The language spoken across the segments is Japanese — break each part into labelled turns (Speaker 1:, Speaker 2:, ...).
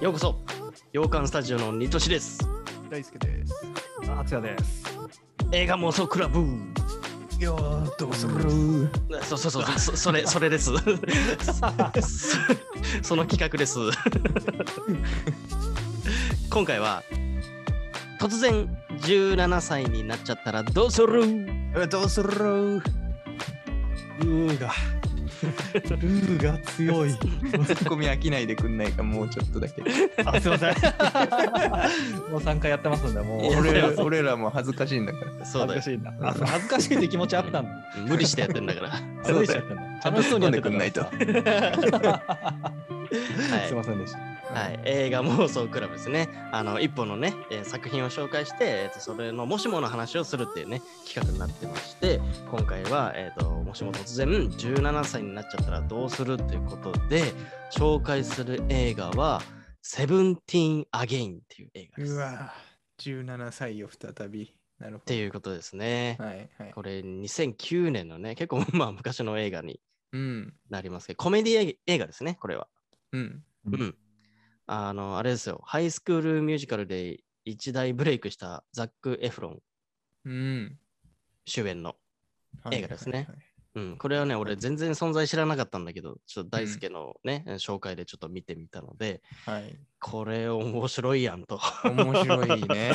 Speaker 1: ようこそ洋館スタジオのニトシです
Speaker 2: 大輔です。あつやです。
Speaker 1: 映画妄想クラブ
Speaker 2: よー、どうする
Speaker 1: そうそうそうそそれそれです そその企画です今回は突然17歳になっちゃったらどうする
Speaker 2: どうするルーが。ルーが強い。
Speaker 3: ツッコミ飽きないでくんないかもうちょっとだけ
Speaker 4: あすいません。 もう3回やってますんで、もう
Speaker 1: いや
Speaker 3: 俺ら俺らも恥ずかしいんだから
Speaker 1: そう
Speaker 4: 恥ず
Speaker 1: だ
Speaker 4: か
Speaker 1: よ
Speaker 4: しいな。あそう恥ずかしいって気持ちあったんだ。
Speaker 1: 無理してやってんだから、は
Speaker 3: そう
Speaker 4: ち
Speaker 3: だ
Speaker 4: ゃ
Speaker 3: よ
Speaker 4: ったんだ。
Speaker 3: ちゃんと突っ込んでくんないと
Speaker 4: 楽しそうにやってたからさ。すい
Speaker 1: い
Speaker 4: ませんでした。
Speaker 1: はい、映画妄想クラブですねあの一本のね、えー作品を紹介して、えーとそれのもしもの話をするっていうね企画になってまして今回は、えーともしも突然17歳になっちゃったらどうするということで紹介する映画は「セブンティーン・アゲイン」っていう映画です。
Speaker 3: う
Speaker 1: っ
Speaker 3: わ17歳よ再びなるほ
Speaker 1: ていうことですね
Speaker 3: ど。はいはい
Speaker 1: これ2009年のね結構まあ昔の映画に
Speaker 3: うん
Speaker 1: なりますけどコメディ映画ですねこれは。
Speaker 3: うん
Speaker 1: うん。あの、あれですよ。ハイスクールミュージカルで一大ブレイクしたザック・エフロン
Speaker 3: うん
Speaker 1: 主演の。映画ですね
Speaker 3: はいはいはい
Speaker 1: うん。これはね、俺全然存在知らなかったんだけど、ちょっと大輔のね、紹介でちょっと見てみたので、
Speaker 3: はい。
Speaker 1: これ面白いやんと。
Speaker 3: 面白いね。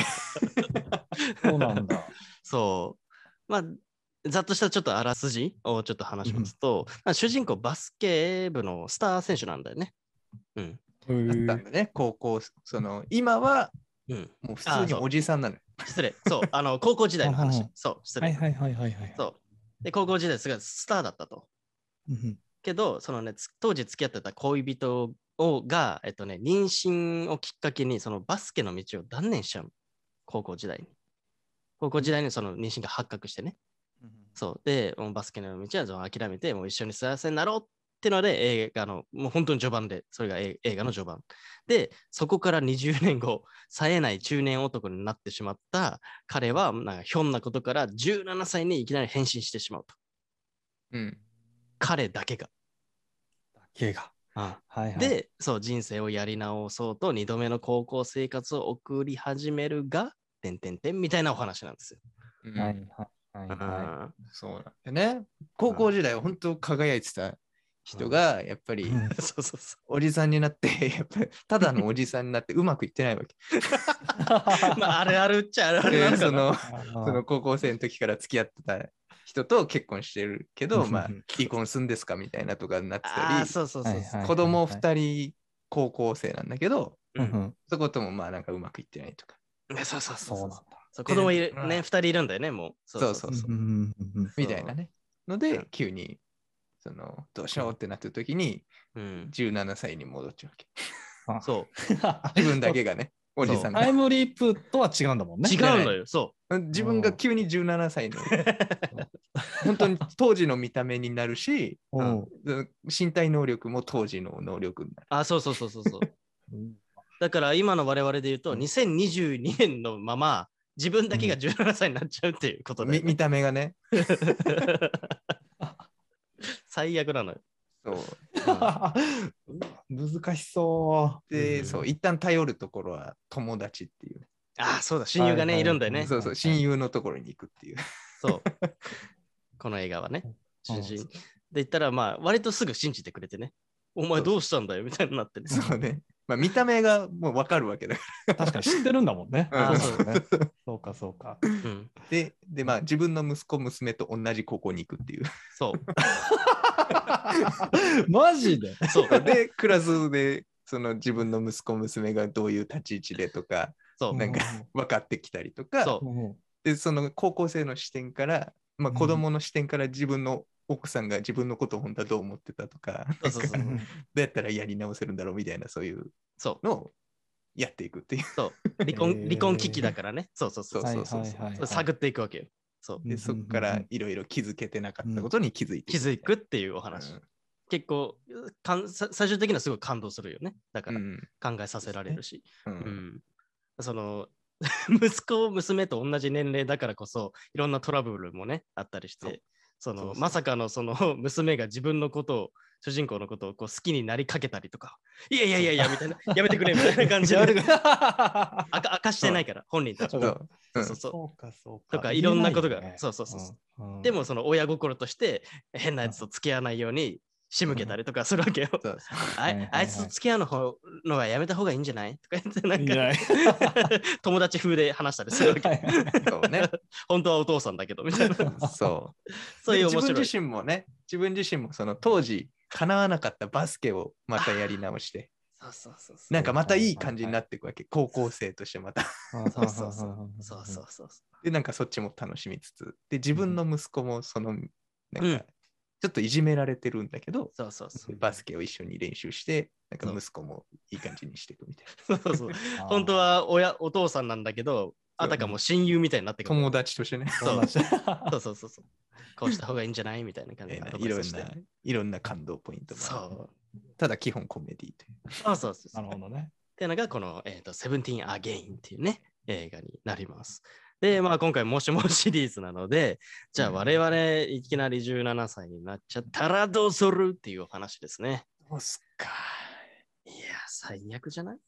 Speaker 4: そうなんだ。
Speaker 1: そう。まあ、ざっとしたちょっとあらすじをちょっと話しますと、まあ主人公バスケ部のスター選手なんだよね。うん。
Speaker 3: だったんだね。高校、その、今は
Speaker 1: うん。
Speaker 3: もう普通におじさんなのよ。
Speaker 1: 失礼。そう。あの、高校時代の
Speaker 4: あ
Speaker 1: 話
Speaker 4: は。
Speaker 1: そう。失
Speaker 4: はい
Speaker 1: 礼。
Speaker 4: はいはいはいはい。
Speaker 1: そう。で、高校時代すごいスターだったと。
Speaker 4: うん
Speaker 1: けどそのねつ当時付き合ってた恋人をが、えっとね、妊娠をきっかけにそのバスケの道を断念しちゃう高校時代に高校時代にその妊娠が発覚してねそうでもうバスケの道はその諦めてもう一緒に幸せになろうってので映画のもう本当に序盤でそれが映映画の序盤でそこから20年後冴えない中年男になってしまった彼はなんかひょんなことから17歳にいきなり変身してしまうと
Speaker 3: うん。
Speaker 1: 彼だけが、
Speaker 4: けが。
Speaker 1: うん
Speaker 4: はいはい。、
Speaker 1: で、そう、人生をやり直そうと、2度目の高校生活を送り始めるが、てんてんてんみたいなお話なんですよ。
Speaker 3: うん
Speaker 4: はいはいはいは
Speaker 3: そうなんだよね。高校時代、本当輝いてた人が、やっぱ
Speaker 4: い。
Speaker 3: り
Speaker 4: うん
Speaker 1: そうそうそ
Speaker 3: おじさんになって、やっぱりただのおじさんになってうまくいってないわけ。
Speaker 1: う。 まあ、あるあるっちゃあるあるな
Speaker 3: で
Speaker 1: のか
Speaker 3: そ
Speaker 1: な。
Speaker 3: の、
Speaker 4: そ
Speaker 3: その高校生の時から付き合ってた人と結婚してるけど、まあ、離婚すんですかみたいなとかになって
Speaker 1: ああ、
Speaker 3: た
Speaker 1: そうそうそうそう。
Speaker 3: り、子供2人高校生なんだけど、
Speaker 4: 人。うんうん
Speaker 3: そこともまあなんかうまくいってないとか、
Speaker 1: ねそうそうそ
Speaker 4: そうう
Speaker 1: そ
Speaker 4: な
Speaker 1: うん
Speaker 4: だ。
Speaker 1: そう。子供いる
Speaker 3: う、ん
Speaker 1: ね、2人いるんだよね、もう。
Speaker 3: そううんそう
Speaker 4: うんうんうん
Speaker 3: みたいなね。ので、
Speaker 1: うん
Speaker 3: 急に、その、どうしようってなった時に、
Speaker 1: うん。
Speaker 3: 17歳に戻っちゃうわけ。
Speaker 1: そう。
Speaker 3: 自分だけがね、 おじさん
Speaker 4: タイ
Speaker 3: が。
Speaker 4: ムリープとは違うんだもんね。
Speaker 1: 違うのよ、そ
Speaker 3: 自分が急に17歳 の、本当に当時の見た目になるし、
Speaker 4: うん。
Speaker 3: 身体能力も当時の能力になる。
Speaker 1: う。ああ、そうそうそうそうそう。だから今の我々で言うと、2022年のまま、自分だけが17歳になっちゃうっていうことで、
Speaker 3: み見た目がね。
Speaker 1: 最悪なのよ。
Speaker 3: そう
Speaker 4: 難しそ
Speaker 3: で、
Speaker 1: うん
Speaker 3: そう、一旦頼るところは友達っていう。
Speaker 1: ああ、そうだ、親友がね、
Speaker 4: はいはい
Speaker 1: いるんだよね。
Speaker 3: そ
Speaker 1: そう
Speaker 3: そう、親友のところに行くっていう。
Speaker 1: この映画はね。
Speaker 4: う
Speaker 1: 主
Speaker 4: ん
Speaker 1: 人で言ったら、まあ、割とすぐ信じてくれてね。お前どうしたんだよみたいになってね。
Speaker 3: そうね。まあ、見た目がもうわかるわけだか
Speaker 4: う。確かに知ってるんだもんね。
Speaker 3: あ
Speaker 1: そう
Speaker 4: だね。そうかそう か。
Speaker 1: うん、
Speaker 3: ら。で、でまあ、自分の息子、娘と同じ高校に行くっていう。
Speaker 1: そう。
Speaker 4: マジで
Speaker 1: そう。
Speaker 3: で、クラスで、その自分の息子、娘がどういう立ち位置でとか、
Speaker 1: そう。
Speaker 3: なんか分かってきたりとか、
Speaker 1: そう
Speaker 4: うん
Speaker 3: で、その高校生の視点から、まあ、
Speaker 4: うん
Speaker 3: 子供の視点から自分の奥さんが自分のことを本当はどう思ってたとか、
Speaker 1: そうそうそ
Speaker 4: うん
Speaker 1: う
Speaker 4: うん
Speaker 3: どうやったらやり直せるんだろうみたいな、そういう
Speaker 1: そ
Speaker 3: のをやっていくっていう。
Speaker 1: う。そう。離婚、
Speaker 4: へー
Speaker 1: 離婚危機だからね。そうそうそう。
Speaker 4: はい
Speaker 3: そ
Speaker 4: は
Speaker 3: うそうそう
Speaker 4: いはい
Speaker 1: それ探っていくわけよ。そう。
Speaker 4: うん
Speaker 3: で、そこからいろいろ気づけてなかったことに気づいて
Speaker 1: 気づ
Speaker 3: い
Speaker 1: くっていうお話。
Speaker 3: う
Speaker 1: 結構かんさ最終的にはすごい感動するよね。だか
Speaker 3: ん
Speaker 1: ら
Speaker 3: うん
Speaker 1: 考えさせられるし。
Speaker 3: うん
Speaker 1: うん、その 息子娘と同じ年齢だからこそいろんなトラブルもねあったりしてその
Speaker 3: そうそう
Speaker 1: まさかのその娘が自分のことを主人公のことをこう好きになりかけたりとか、いやいやいやいや、み たいな、やめてくれ、みたいな感 じで、明か明かしてないから、本人たち
Speaker 3: そ
Speaker 1: も。
Speaker 3: ううん
Speaker 1: そうそう
Speaker 2: そうか、そうか。
Speaker 1: とかいろんなことが
Speaker 2: 言えいよね
Speaker 1: そうそうそうそ
Speaker 2: うんうん
Speaker 1: でもその親心として変なやつと付き合わないように仕向けたりとかするわけよ。
Speaker 3: そう
Speaker 1: あ
Speaker 2: はいはいはい
Speaker 1: いあいつと付き合うの方のはやめた方がいいんじゃないとか言ってないんか
Speaker 2: ない。
Speaker 1: 友達風で話したりするわけ。
Speaker 3: そう ね。
Speaker 1: 本当はお父さんだけどみたい な。
Speaker 3: そう。
Speaker 1: そういう
Speaker 3: で
Speaker 1: 面
Speaker 3: 自分
Speaker 1: 白い。
Speaker 3: 自身もね、自分自身もその当時叶わなかったバスケをまたやり直して、
Speaker 1: そうそうそうそう。
Speaker 3: なんかまたいい感じになっていくわけ。高校生としてまた。
Speaker 1: そうそうそうそうそうそ
Speaker 3: で、なんかそっちも楽しみつつ。で、自分の息子もその、なん
Speaker 1: う
Speaker 3: か
Speaker 1: ん、
Speaker 3: ちょっといじめられてるんだけど、
Speaker 1: うそうそう。
Speaker 3: バスケを一緒に練習して、なんか息子もいい感じにしていく みたい
Speaker 1: そうそうそう
Speaker 2: あー
Speaker 1: 本 当。は親お父さんなんだけど、あたかも親友みたいになって
Speaker 3: な。
Speaker 1: くる。
Speaker 3: 友達とし てね。
Speaker 1: そう
Speaker 2: 友達
Speaker 1: そうそうそうそう。こうした方がいいんじゃないみたいな感じ
Speaker 3: え
Speaker 1: でア
Speaker 3: ー
Speaker 1: ド
Speaker 3: い
Speaker 1: バイ
Speaker 3: ろ
Speaker 1: ス
Speaker 3: ん
Speaker 1: して
Speaker 3: な。、いろんな感動ポイントもある
Speaker 1: そう。
Speaker 3: ただ基本コメディという。
Speaker 1: そうそうそうそ
Speaker 2: な
Speaker 1: う。
Speaker 2: るほどね。
Speaker 1: っていうのがこの、えー、と17 Again っていうね、映画になります。で、まあ今回もしもシリーズなので、じゃあ
Speaker 3: うん
Speaker 1: 我々いきなり17歳になっちゃったらどうするっていうお話ですね。
Speaker 3: そうすか。
Speaker 1: いや、最悪じゃない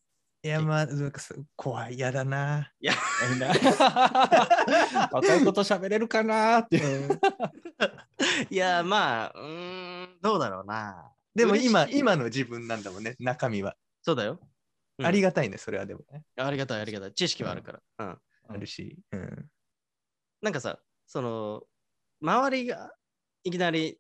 Speaker 3: いや、まあ、なんかす怖い、嫌だな。
Speaker 2: みん な若いこと喋れるかなーっていう。
Speaker 1: いや、まあ、うーん、どうだろうな。
Speaker 3: でも
Speaker 1: 嬉しい
Speaker 3: 今、今の自分なんだもんね、中身は。
Speaker 1: そうだよ。うん
Speaker 3: ありがたいね、それはでもね。
Speaker 1: ありがたい、ありがたい。知識はあるから。うん。
Speaker 3: あるし。うん。
Speaker 1: なんかさ、その、周りがいきなり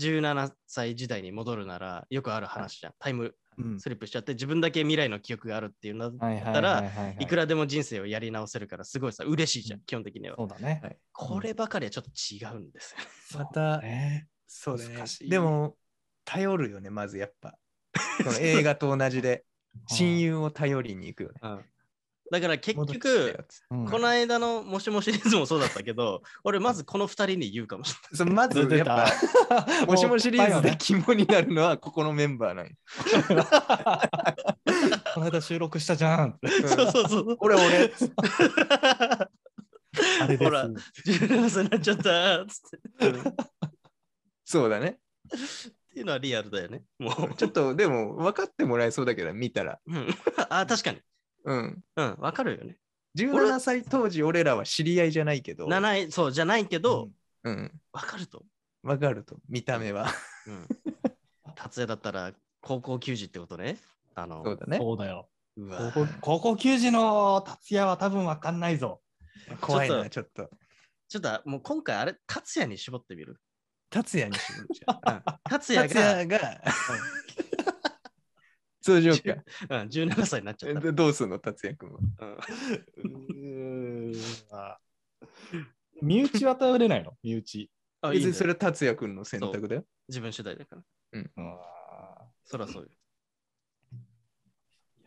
Speaker 1: 17歳時代に戻るなら、よくある話じゃん。タイム
Speaker 2: うん
Speaker 1: スリップしちゃって自分だけ未来の記憶があるっていうのだったら、いく
Speaker 2: ら
Speaker 1: らでも人生をやり直せるからすごいさ嬉しいじゃん、
Speaker 2: う
Speaker 1: 基本的には
Speaker 2: そうだね。
Speaker 1: こればかりはちょっと違うんですよ、
Speaker 3: また、
Speaker 2: ね
Speaker 3: そうだね
Speaker 2: 難し。い
Speaker 3: でも、頼るよね、まずやっぱ。その映画と同じで、親友を頼りに行くよね。
Speaker 1: うんだから結
Speaker 3: 戻ってきたよ
Speaker 1: 局
Speaker 3: っつっ
Speaker 2: うん
Speaker 1: この間のもしもしリズムもそうだったけど俺まずこの2人に言うかもしれ
Speaker 3: てそうまずやっぱ、もしもシリーズで肝になるのはここのメンバーなんよ
Speaker 2: この間収録したじゃん。
Speaker 1: ない、そうそうそう
Speaker 3: 俺俺っつって
Speaker 2: あれです
Speaker 1: ほ。ら17歳にな っちゃったっつって
Speaker 3: そうだね。
Speaker 1: っていうのはリアルだよねもう
Speaker 3: ちょっとでも分かってもらえそうだけど見たら。
Speaker 1: うん、あ確かに
Speaker 3: うん。
Speaker 1: うんわかるよね
Speaker 3: 17歳当時俺らは知り合いじゃないけど、
Speaker 1: なないそうじゃないけど
Speaker 3: うん。
Speaker 1: わ、かると思
Speaker 3: 分かると、見た目は。
Speaker 1: う、うん、達也だったら高校球児ってことねあの
Speaker 3: そうだね。
Speaker 2: そうだよ。
Speaker 1: うわ
Speaker 2: 高校高校球児の達也は多分わかんないぞ。
Speaker 3: 怖い
Speaker 1: ちょっ
Speaker 3: な、ちょっと。
Speaker 1: ちょっともう今回あれ、達也に絞ってみる。
Speaker 3: 達也に絞るじゃん。
Speaker 1: 達也
Speaker 3: 達
Speaker 1: が、
Speaker 3: 也が。通常か。
Speaker 1: うん、17歳になっちゃったら。
Speaker 3: でどうすんの、達也君は。
Speaker 1: うん
Speaker 2: 身内は頼れないの身内。
Speaker 1: あいい
Speaker 3: 別
Speaker 1: ん
Speaker 3: に
Speaker 1: だ
Speaker 3: それ
Speaker 1: よ
Speaker 3: は達也君の選択だよ。
Speaker 1: 自分次第だから。
Speaker 2: うん
Speaker 1: そらそうよ。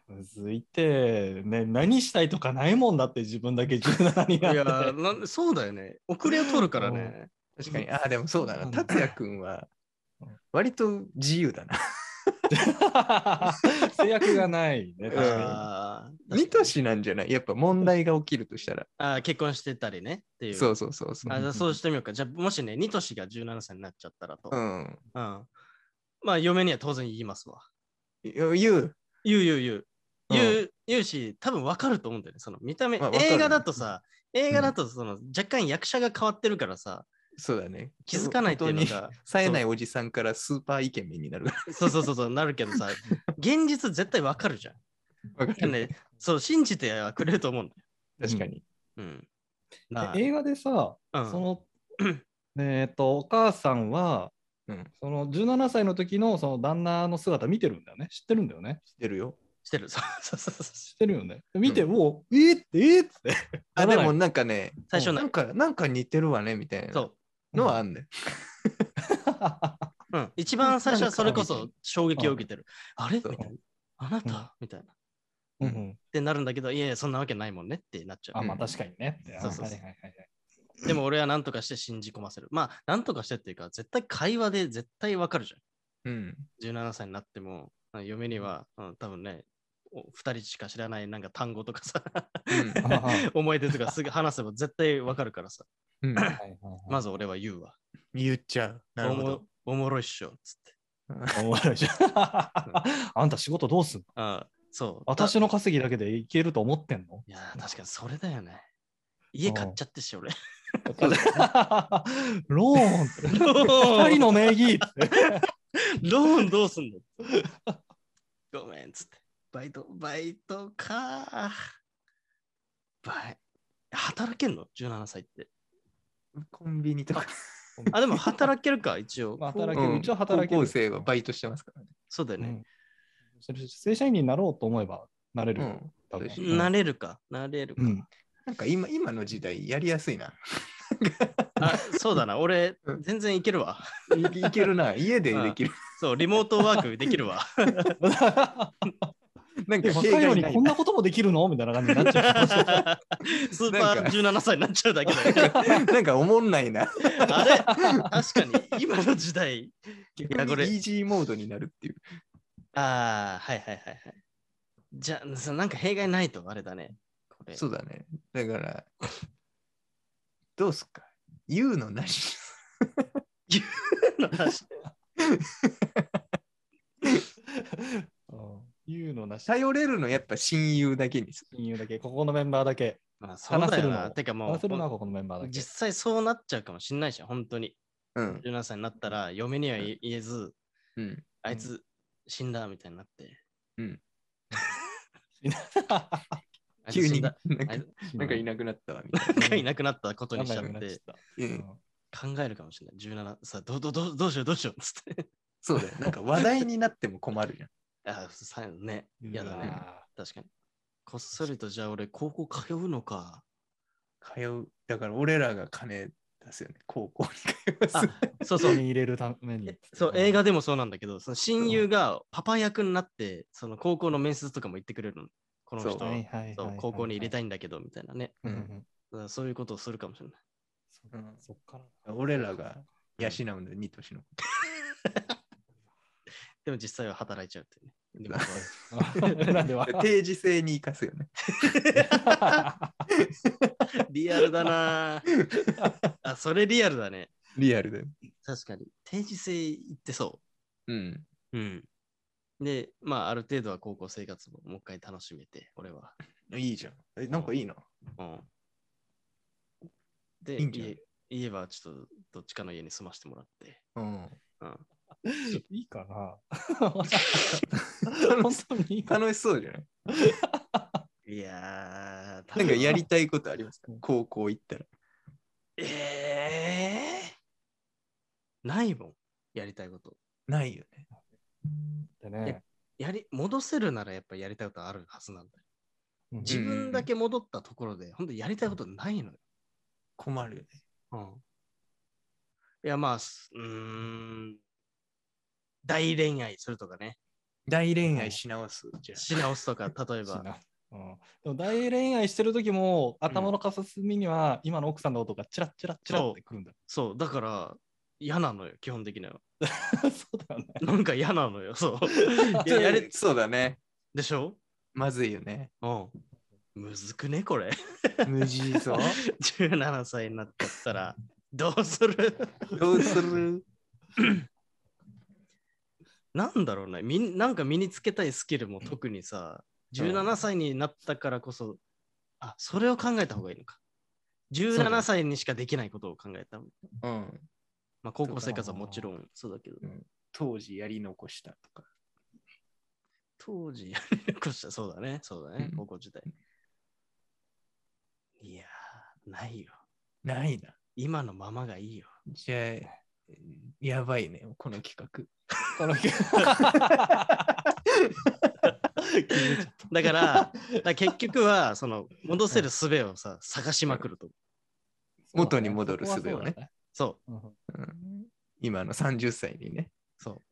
Speaker 2: むずいて、ね、何したいとかないもんだって自分だけ17に
Speaker 1: いや
Speaker 2: なって。
Speaker 1: ーなん、そうだよね。遅れを取るからね。
Speaker 3: 確かに。ああ、でもそうだな。
Speaker 2: うん
Speaker 3: 達也君は
Speaker 2: うん
Speaker 3: 割と自由だな。
Speaker 2: 制約がないね。確かに
Speaker 1: あー
Speaker 3: 見
Speaker 1: 確か
Speaker 3: と
Speaker 1: に
Speaker 3: しなんじゃないやっぱ問題が起きると したら。
Speaker 1: あー結婚してたりね。っていう。
Speaker 3: そうそうそうそう。
Speaker 1: あじゃあそうしてみようか。じゃあ、もしね、ニトシが17歳になっちゃったらと。
Speaker 3: う
Speaker 1: うん。
Speaker 3: ん。
Speaker 1: まあ、嫁には当然言いますわ。
Speaker 3: いや言う。
Speaker 1: 言う言う言う。言う,、
Speaker 3: う
Speaker 1: 言うし、多分わかると思うんだよね。その見た目、
Speaker 3: まあわかる
Speaker 1: 映画だとさ、映画だとその、若干役者が変わってるからさ、
Speaker 3: そうだね。
Speaker 1: 気づかないっていうの
Speaker 3: 本当に
Speaker 1: が、
Speaker 3: 冴えないおじさんからスーパーイケメンになる。
Speaker 1: そうそうそうそう、なるけ どさ、現実絶対わかるじゃん。
Speaker 3: わか
Speaker 1: だから
Speaker 3: る。
Speaker 1: ね、そう、信じてはくれると思うんだよ。
Speaker 3: 確かに。
Speaker 1: うん。なあ、
Speaker 2: 映画でさ、
Speaker 1: うん
Speaker 2: その、 えっと、お母さんは、
Speaker 3: うん。
Speaker 2: その17歳の時のその旦那の姿見てるんだよね。知ってるんだよね。
Speaker 3: してるよ。
Speaker 1: してる。そうそうそうそう。
Speaker 2: 知ってるよね。見て、もう、えーって、えーって。
Speaker 3: あ、
Speaker 2: な
Speaker 3: で
Speaker 2: らない
Speaker 3: もなんかね、
Speaker 1: 最初
Speaker 3: な
Speaker 1: なん
Speaker 3: か、なんか似てるわね、みたい
Speaker 1: そ
Speaker 3: な
Speaker 1: う。
Speaker 3: のはあんね
Speaker 1: うん。一番最初はそれこそ衝撃を受けてる。あれみ
Speaker 3: そ
Speaker 1: た
Speaker 3: う
Speaker 1: いな。あな
Speaker 2: うん
Speaker 1: たみたいな。っ
Speaker 2: うんうん
Speaker 1: てなるんだけど、いやいや、そんなわけないもんねってなっちゃ
Speaker 2: あ、まあ
Speaker 3: うん
Speaker 2: 確かにね。ってあ
Speaker 1: そうそうそう
Speaker 2: はいはいはいはい。
Speaker 1: う。でも俺は何とかして信じ込ませる。まあ、何とかしてっていうか、絶対会話で絶対わかるじゃん。
Speaker 3: うん。
Speaker 1: 17歳になっても、うん嫁には、うん、多分ね、お二人しか知らないなんか単語とかさ、
Speaker 3: うん
Speaker 2: あはは
Speaker 1: 思い出とかすぐ話せば絶対わかるからさ、
Speaker 3: うん。
Speaker 2: はいはいはい
Speaker 1: まず俺は言うわ。
Speaker 3: 言っちゃう。なるほ
Speaker 1: お
Speaker 3: ど
Speaker 1: も。おもろいっしょ、つって。
Speaker 2: 思わないじゃん。
Speaker 4: あんた仕事どうすんの
Speaker 1: あそう。
Speaker 4: 私の稼ぎだけでいけると思ってんの
Speaker 1: いやー、確かにそれだよね。家買っちゃってし、俺。
Speaker 4: ローンって
Speaker 1: 二
Speaker 4: 二人の名義って
Speaker 1: ローンどうすんのごめんっつって。バイト、バイトかー。バイ働けんの ?17 歳って。
Speaker 3: コンビニとか。
Speaker 1: あ、でも働けるか、一応。
Speaker 4: まあ働け
Speaker 1: こ
Speaker 4: る
Speaker 1: う
Speaker 4: 一応働ける
Speaker 3: 高校生はバイトしてますからね。
Speaker 1: そうだよね。
Speaker 4: うん正社員になろうと思えばなれるよ。多分
Speaker 3: うん
Speaker 1: なれるか、なれるか。
Speaker 4: うん
Speaker 3: なんか今今の時代やりやすいな。
Speaker 1: あそうだな、俺
Speaker 3: う、ん
Speaker 1: 全然いけるわ。
Speaker 3: いいける な。家でできる。
Speaker 1: そう、リモートワークできるわ。
Speaker 3: なんか
Speaker 4: 若
Speaker 3: 弊
Speaker 4: いの
Speaker 3: 害
Speaker 4: に
Speaker 3: ない
Speaker 4: こんなこともできるのみたいな感じになっちゃう。
Speaker 1: スーパー17歳になっちゃうだけだよ。
Speaker 3: な。 なんかおもんないな。
Speaker 1: あれ確かに、今の時代。
Speaker 3: 逆
Speaker 1: や
Speaker 3: に
Speaker 1: これ
Speaker 3: イージーモードになるっていう。
Speaker 1: ああ、はいはいはいはい。じゃあ、そなんか弊害ないとあれだね。これ
Speaker 3: そうだね。だから、どうすっか。言うのなし。
Speaker 1: の話
Speaker 4: 言うのなし。
Speaker 3: 頼れるのやっぱ親友だけにする。
Speaker 4: 親友だけ、ここのメンバーだけ。
Speaker 1: まあ、そうだよ
Speaker 4: 話せる
Speaker 1: な。
Speaker 4: の
Speaker 1: てかも
Speaker 4: 話せるのは
Speaker 1: う、
Speaker 4: ここのメンバーだけ。
Speaker 1: 実際そうなっちゃうかもしんないじゃん、本当に。
Speaker 3: うん。
Speaker 1: 17歳になったら、嫁には言言えず、
Speaker 3: うん。
Speaker 1: あいつ死んだみたいになって。あいつ
Speaker 3: 急
Speaker 1: 死ん
Speaker 3: にな
Speaker 1: だ
Speaker 3: んか
Speaker 1: あいつ
Speaker 3: なんかい
Speaker 4: な
Speaker 3: なくなったわみたい
Speaker 1: なんかいなくなったこと
Speaker 4: な
Speaker 1: に
Speaker 4: ん
Speaker 1: し
Speaker 4: か
Speaker 1: ち
Speaker 4: い
Speaker 1: ゃっ
Speaker 4: なくなっち
Speaker 1: て、
Speaker 4: ゃっ
Speaker 3: な。う
Speaker 4: た。
Speaker 3: ん
Speaker 4: うん
Speaker 1: 考えるかもしれない。17さ、どうどうどうどうしようどうしようっつって。
Speaker 3: そうだよ。なんか話題になっても困るやん。
Speaker 1: ああ、さね。嫌だ
Speaker 4: う
Speaker 1: ね。
Speaker 4: わ
Speaker 1: 確かに。こっそりとじゃあ俺、高校通うのか。
Speaker 3: 通う。だから俺らが金出すよね。高校に通
Speaker 1: あ
Speaker 3: わす。、
Speaker 1: そうそ
Speaker 4: ー手
Speaker 1: う
Speaker 4: に。入れるために
Speaker 1: え。そう、映画でもそうなんだけど、その親友がパパ役になって、その高校の面接とかも行ってくれるの。この人、
Speaker 3: そ
Speaker 1: そう
Speaker 4: はいはいはいはい
Speaker 1: う
Speaker 4: はい
Speaker 1: 高校に入れたいんだけど、みたいなね。
Speaker 4: うんうん
Speaker 1: だからそういうことをするかもしれない。
Speaker 4: そ
Speaker 3: うん
Speaker 4: そっから。
Speaker 3: 俺らが養うんだよ、ニトシの。
Speaker 1: でも実際は働いちゃうっていうね。でも
Speaker 4: なんでわ
Speaker 3: 定時制に生かすよね。
Speaker 1: リアルだなぁあ、それリアルだね。
Speaker 3: リアルで。
Speaker 1: 確かに。定時制行ってそ
Speaker 3: うん。
Speaker 1: う。うん。で、まあ、ある程度は高校生活ももう一回楽しめて、俺は。
Speaker 3: いいじゃん。え、なんかいいな。
Speaker 1: うん。で、
Speaker 3: いいんじゃない
Speaker 1: 家家はちょっとどっちかの家に住ましてもらって。
Speaker 3: うん。
Speaker 4: いいかな
Speaker 3: 楽
Speaker 4: 本
Speaker 3: し
Speaker 4: 当にいいかな
Speaker 3: 楽しそうじゃない
Speaker 1: いやー、
Speaker 3: なんかや
Speaker 1: り、
Speaker 3: りたいことありますか高校行ったら。
Speaker 1: えー、ないもん、やりたいこと。
Speaker 3: ないよね。
Speaker 4: でね。
Speaker 1: やり、戻せるならやっぱやりたいことあるはずなんだよ。
Speaker 4: うん
Speaker 1: 自分だけ戻ったところで、本当やりたいことないのよ。
Speaker 3: 困るよね。
Speaker 1: うん。いや、まあ、すうーん、大恋愛するとかね、
Speaker 3: 大恋愛し直 す。じゃ
Speaker 1: し直すとか、例え
Speaker 4: し
Speaker 1: ば、
Speaker 4: なうん、でも大恋愛してる時も頭の片隅には今の奥さんの音がチラッチラッチラッってくるんだ。
Speaker 1: そう、だから、嫌なのよ、基本的には。
Speaker 4: そうだよね。
Speaker 1: なんか嫌なのよ、そう。
Speaker 3: あ。
Speaker 1: いややれ
Speaker 3: そうだね。
Speaker 1: でしょ
Speaker 3: まずいよね。
Speaker 1: うん。むずくね、これ。
Speaker 3: 無事そう。
Speaker 1: 17歳になっちゃったら、どうする
Speaker 3: どうする
Speaker 1: なんだろうねみん。なんか身につけたいスキルも特にさ、17歳になったからこそ、あ、それを考えた方がいいのか。
Speaker 3: そうだ
Speaker 1: 17
Speaker 3: よ
Speaker 1: 歳にしかできないことを考えた。
Speaker 3: うん。
Speaker 1: まあ、高校生活はもちろんそうだけど、
Speaker 3: 当時やり残したとか。
Speaker 1: 当時やり残した、そうだね、そうだね
Speaker 3: う、ん
Speaker 1: 高校時代。いやー、ないよ。
Speaker 3: ないな。
Speaker 1: 今のままがいいよ。
Speaker 3: じゃあ、やばいね、この企画。
Speaker 4: この気づいちゃっ
Speaker 1: だから、だから結局は、その、戻せる術をさ、探しまくると。
Speaker 4: た
Speaker 3: 元に戻る術をね。
Speaker 1: そ
Speaker 4: そう
Speaker 3: うん今の30歳にね。
Speaker 1: う、そ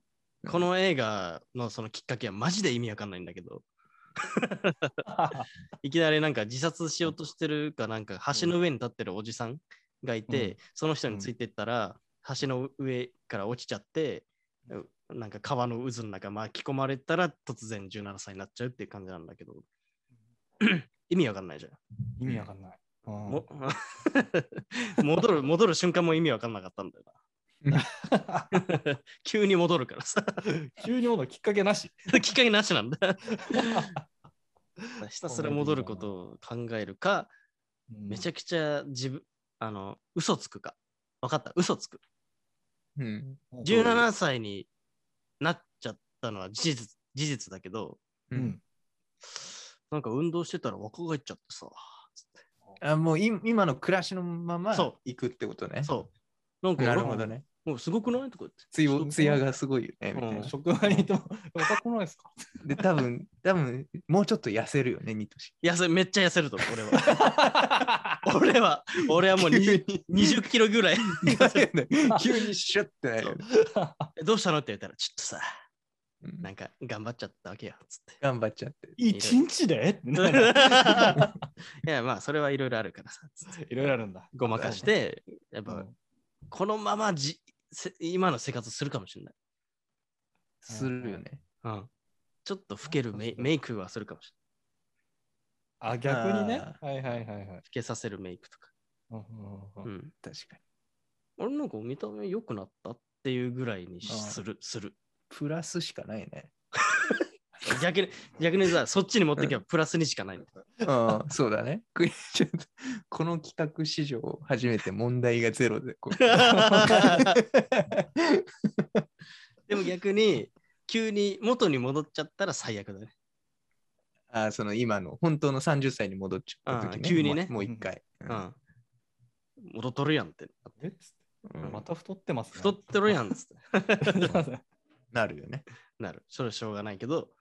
Speaker 1: う。この映画のそのきっかけはマジで意味わかんないんだけど、
Speaker 4: だね
Speaker 1: いきなりなんか自殺しようとしてるかなんか橋の上に立ってるおじさんがいて、
Speaker 4: う
Speaker 1: その人についてったら、橋の上から落ちちゃって、なんか川の渦の中巻き込まれたら突然17歳になっちゃうっていう感じなんだけど、 意味わかんないじゃん。
Speaker 4: うん意味 わかんない。うん
Speaker 1: も戻る戻る瞬間も意味わかんなかったんだよ 急に戻るからさ。
Speaker 4: 急に戻るきっかけなし。
Speaker 1: きっかけなしなんだ。 ひたすら戻ることを考えるか、めち
Speaker 4: ゃ
Speaker 1: ゃくちゃ自分、あの、嘘つくか。分かった、嘘つく。
Speaker 3: うん。
Speaker 1: 17歳になっちゃったのは事実事実だけど、
Speaker 3: う。
Speaker 4: うんん。
Speaker 1: なんか運動してたら若返っちゃってさ。
Speaker 3: あもうい今の暮らしのまま
Speaker 1: そう
Speaker 3: 行くってことね。
Speaker 1: そう。なんか
Speaker 3: なるほどね。
Speaker 1: もうすごくないとか言って。
Speaker 3: つよつやがすごいよね。みたいな
Speaker 1: うん
Speaker 4: 職場にいても、若くないですか
Speaker 3: で、多分、 多分、もうちょっと痩せるよね、ニト シ。
Speaker 1: 痩せ、めっちゃ痩せると思う、俺は。 俺は、俺はもう 20, 20キロぐらい。
Speaker 3: 急にシュッてなるよね。
Speaker 1: どうしたのって言ったら、ちょっとさ、
Speaker 3: うん
Speaker 1: なんか頑張っちゃったわけよ、つって。
Speaker 3: 頑張っちゃって。
Speaker 4: 一日でってなる
Speaker 1: いや、まあ、それはいろいろあるからさ、つって
Speaker 4: いろいろあるんだ。
Speaker 1: ごまかして、やっ
Speaker 4: う
Speaker 1: ぱ、
Speaker 4: ん
Speaker 1: このままじせ今の生活するかもしれない。
Speaker 3: するよね。
Speaker 1: うん。ちょっと老けるメイメイクはするかもしれない。
Speaker 4: あ、逆にね
Speaker 3: あ。
Speaker 4: はいはいはいはい。
Speaker 1: 老けさせるメイクとか。
Speaker 4: うんうんうん
Speaker 1: う
Speaker 4: うん
Speaker 1: ん。
Speaker 3: 確かに。
Speaker 1: 俺なんか見た目良くなったっていうぐらいにしする、する。
Speaker 3: プラスしかないね。
Speaker 1: 逆に、逆にさ、そっちに持ってけばプラスにしかないの。
Speaker 3: うん、 そうだね。くちょっとこの企画史上初めて問題がゼロで。こう
Speaker 1: でも逆に、急に元に戻っちゃったら最悪だね。
Speaker 3: あその今の本当の30歳に戻っちゃった時、
Speaker 1: あー急にね
Speaker 3: もうもう一回。
Speaker 1: う、ん。戻っとるやんって。
Speaker 4: えつっ
Speaker 3: う
Speaker 4: て
Speaker 3: ん
Speaker 4: また太ってますね。
Speaker 1: 太ってるやんっつって。
Speaker 3: なるよね。
Speaker 1: なる。それはしょうがないけど、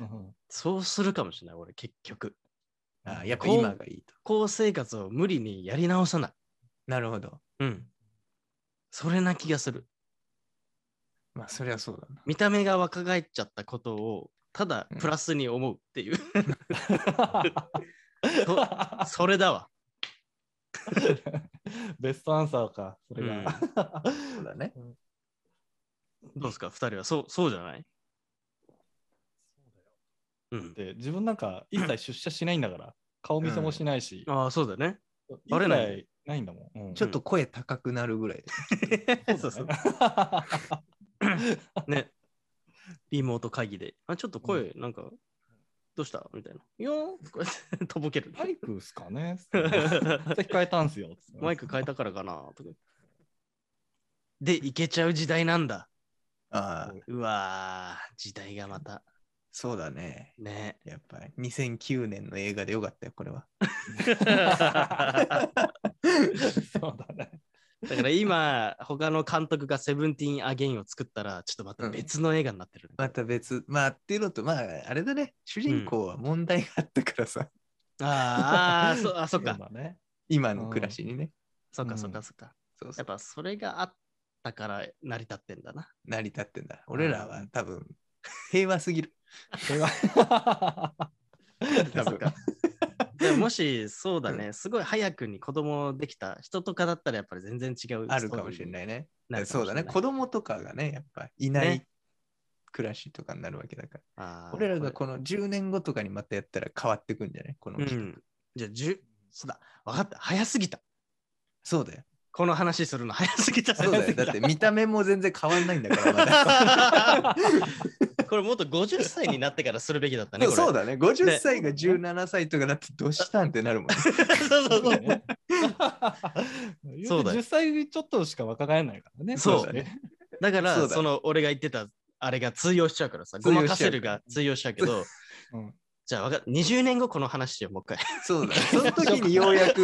Speaker 4: うん
Speaker 1: そうするかもしれない、俺、結局。
Speaker 3: あーやっぱ今がいいと。
Speaker 1: 高生活を無理にやり直さない。
Speaker 3: なるほど。
Speaker 1: うん。それな気がする。
Speaker 3: まあ、そりゃそうだな。
Speaker 1: 見た目が若返っちゃったことを、ただプラスに思うっていう、 それだわ。
Speaker 4: ベストアンサーか、それ
Speaker 1: うん
Speaker 4: が。
Speaker 3: そうだね。
Speaker 1: どうですか、二人は。そう、そうじゃないうん。
Speaker 4: で自分なんか一切出社しないんだから、顔見せもしないし、
Speaker 1: ああ、そうだね。
Speaker 4: 一
Speaker 1: バレ
Speaker 4: 切
Speaker 1: ない
Speaker 4: ないんだもん。うん
Speaker 3: ちょっと声高くなるぐらいで。
Speaker 1: そうそう。
Speaker 4: う
Speaker 1: ね。リモート会議で。あ、ちょっと声、なんか、どうしたみたいな。いやーとか言ってとぼける
Speaker 4: ん。マイクっすかね控えたんすよ。
Speaker 1: マイク変えたからかなとか。で、いけちゃう時代なんだ。
Speaker 3: ああ、
Speaker 1: うわー、時代がまた。
Speaker 3: そうだね。
Speaker 1: ね。
Speaker 3: やっぱり2009年の映画でよかったよ、これは。
Speaker 1: だ
Speaker 4: そうだね。
Speaker 1: から今、他の監督がセブンティーンアゲインを作ったら、ちょっとまた別の映画になってる。
Speaker 3: また別、まあっていうのと、まああれだね、主人公は問題があったからさ、
Speaker 1: あーあー、そあ、そっか。
Speaker 4: だね。
Speaker 3: 今の暮らしにね、
Speaker 1: そっか、そっか、そっか。
Speaker 3: そうそ
Speaker 1: や
Speaker 3: う
Speaker 1: っぱそれがあったから成り立ってんだな。
Speaker 3: 成り立ってんだ。俺らは多分、平和すぎる。
Speaker 4: それは
Speaker 3: 多
Speaker 1: そっ
Speaker 3: 分
Speaker 1: か。でももしそうだね、すごい早くに子供できた人とかだったらやっぱり全然違う。
Speaker 3: あるかもしれないね。
Speaker 1: ない。
Speaker 3: そうだね、子供とかがね、やっぱいない
Speaker 1: ね
Speaker 3: 暮らしとかになるわけだから。
Speaker 1: あー
Speaker 3: 俺らがこの10年後とかにまたやったら変わってくんじゃないこの、
Speaker 1: れうん。じゃあ、10、そうだ、分かった、早すぎた。
Speaker 3: そうだよ。
Speaker 1: この話するの早すぎた。
Speaker 3: そう だよ。だって見た目も全然変わんないんだから、まだ
Speaker 1: これもっと50歳になってからするべきだったね。
Speaker 3: そう
Speaker 1: これ
Speaker 3: そうだね。50歳が17歳とかだってどうしたんってなるもん ね。
Speaker 1: そうそうそう
Speaker 4: ね。
Speaker 1: そうだよ
Speaker 4: 10歳ちょっとしか若返らないからね。
Speaker 1: そう
Speaker 4: だね。
Speaker 1: だから、
Speaker 3: そ
Speaker 1: そう
Speaker 3: だ
Speaker 1: の俺が言ってたあれが通用しちゃうからさ、
Speaker 3: 通
Speaker 1: ご
Speaker 3: 用しちゃ
Speaker 1: まかせ
Speaker 3: う
Speaker 1: るが通用しちゃうけど、
Speaker 4: うん
Speaker 1: じゃあわか20年後この話しよう、もう一回。
Speaker 3: そうだね。 その時にようやく、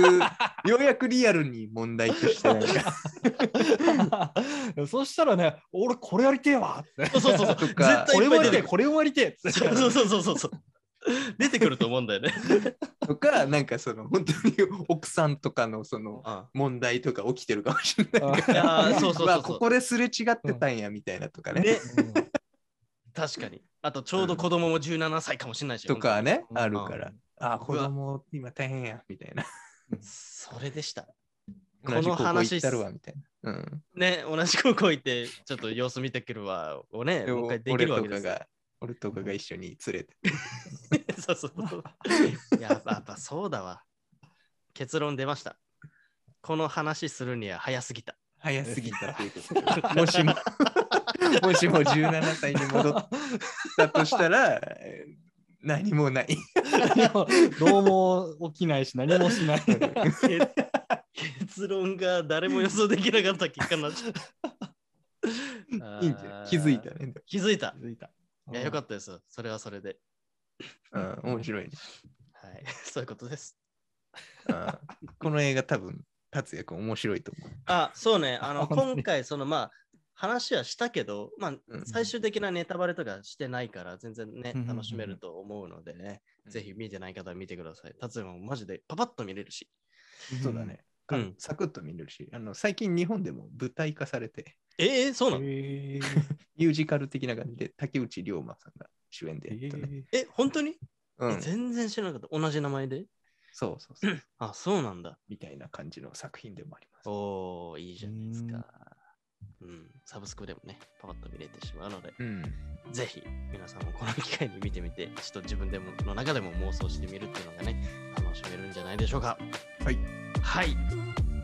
Speaker 3: ようやくリアルに問題としてなんか
Speaker 4: そしたらね、俺これやりてえわって。
Speaker 1: そうそうそうそう。
Speaker 3: と
Speaker 1: 絶
Speaker 3: か
Speaker 1: 対
Speaker 4: こ
Speaker 1: い
Speaker 4: れ
Speaker 1: っぱ
Speaker 4: もや
Speaker 1: い
Speaker 4: り
Speaker 1: 出
Speaker 4: て
Speaker 1: て
Speaker 4: え、
Speaker 1: くる。
Speaker 4: これもやりてえ。
Speaker 1: そう そうそうそうそうそう。出てくると思うんだ よね。
Speaker 3: とか、なんかその本当に奥さんとかのその問題とか起きてるかもしれない。
Speaker 1: いやーそうそう
Speaker 3: ま
Speaker 1: そ
Speaker 3: あ
Speaker 1: うそ
Speaker 3: こ
Speaker 1: う。
Speaker 3: こですれ違ってたんやみたいなとかね。
Speaker 1: で、確かに。あと、ちょうど子供も17歳かもしれないし。
Speaker 3: とかね、あるから。ああ、
Speaker 1: わ
Speaker 3: 子供今大変やみたいな。
Speaker 1: それでした。こ
Speaker 3: 同じ
Speaker 1: の
Speaker 3: 高校
Speaker 1: 話
Speaker 3: 行ったるわみたいな。うん。
Speaker 1: ね、同じ高校行って、ちょっと様子見てくるわをね、
Speaker 3: で
Speaker 1: もう一回でき
Speaker 3: 俺
Speaker 1: るわ
Speaker 3: と
Speaker 1: けで
Speaker 3: か
Speaker 1: すよ。
Speaker 3: が、俺とかが一緒に連れて。
Speaker 1: そうそうそう。やっぱやっぱそうだわ。結論出ました。この話するには早すぎた。
Speaker 3: 早すぎたということ でもしも、もしも17歳に戻ったとした ら、何もない。
Speaker 4: どうも起きないし何も しない。
Speaker 1: 結論が誰も予想できなかった結果になっちゃった。
Speaker 3: いいんじゃない気づいた
Speaker 1: あー。
Speaker 3: ね。
Speaker 1: 気づいた。
Speaker 4: 気づいた。
Speaker 1: いや、よか
Speaker 4: っ
Speaker 1: ったです。それはそれで。
Speaker 3: うん、面白いね。
Speaker 1: はい。 そういうことです。
Speaker 3: うんこの映画多分、達也くん面白いと思う。
Speaker 1: あ、そうね。あの、
Speaker 4: 本当に
Speaker 1: 今回、その、まあ、話はしたけど、まあ、
Speaker 3: うん
Speaker 1: 最終的なネタバレとかしてないから、全然ね
Speaker 4: うんうんう、ん
Speaker 1: 楽しめると思うのでね、
Speaker 3: うん
Speaker 1: ぜひ見てない方は見てください。達也もマジでパパッと見れるし。
Speaker 3: そうだね。か
Speaker 1: うん
Speaker 3: サクッと見れるし、あの最近日本でも舞台化されて、
Speaker 1: ええそう
Speaker 4: た
Speaker 1: なの
Speaker 3: ミュージカル的な感じで竹内涼真さんが主演でやったね。
Speaker 1: え、本当に、
Speaker 3: う
Speaker 1: え
Speaker 3: ん、そう
Speaker 1: 全然知らなかった。同じ名前で
Speaker 3: そうそう。
Speaker 1: あ、そうなんだ。
Speaker 3: みたいな感じの作品でもあります。
Speaker 1: おー、いいじゃないですか。うん、サブスクでもね、パパッと見れてしまうので、
Speaker 3: うん、
Speaker 1: ぜひ皆さんもこの機会に見てみて、ちょっと自分でもの中でも妄想してみるっていうのがね、楽しめるんじゃないでしょうか。
Speaker 3: はい。
Speaker 1: はい。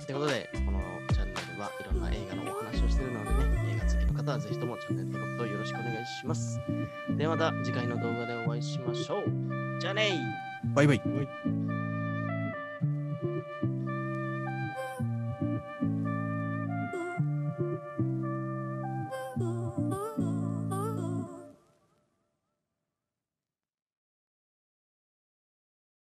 Speaker 1: ということで、このチャンネルはいろんな映画のお話をしているのでね、映画好きの方はぜひともチャンネル登録とよろしくお願いします。ではまた次回の動画でお会いしましょう。じゃあねー
Speaker 3: バイバイ。
Speaker 4: はい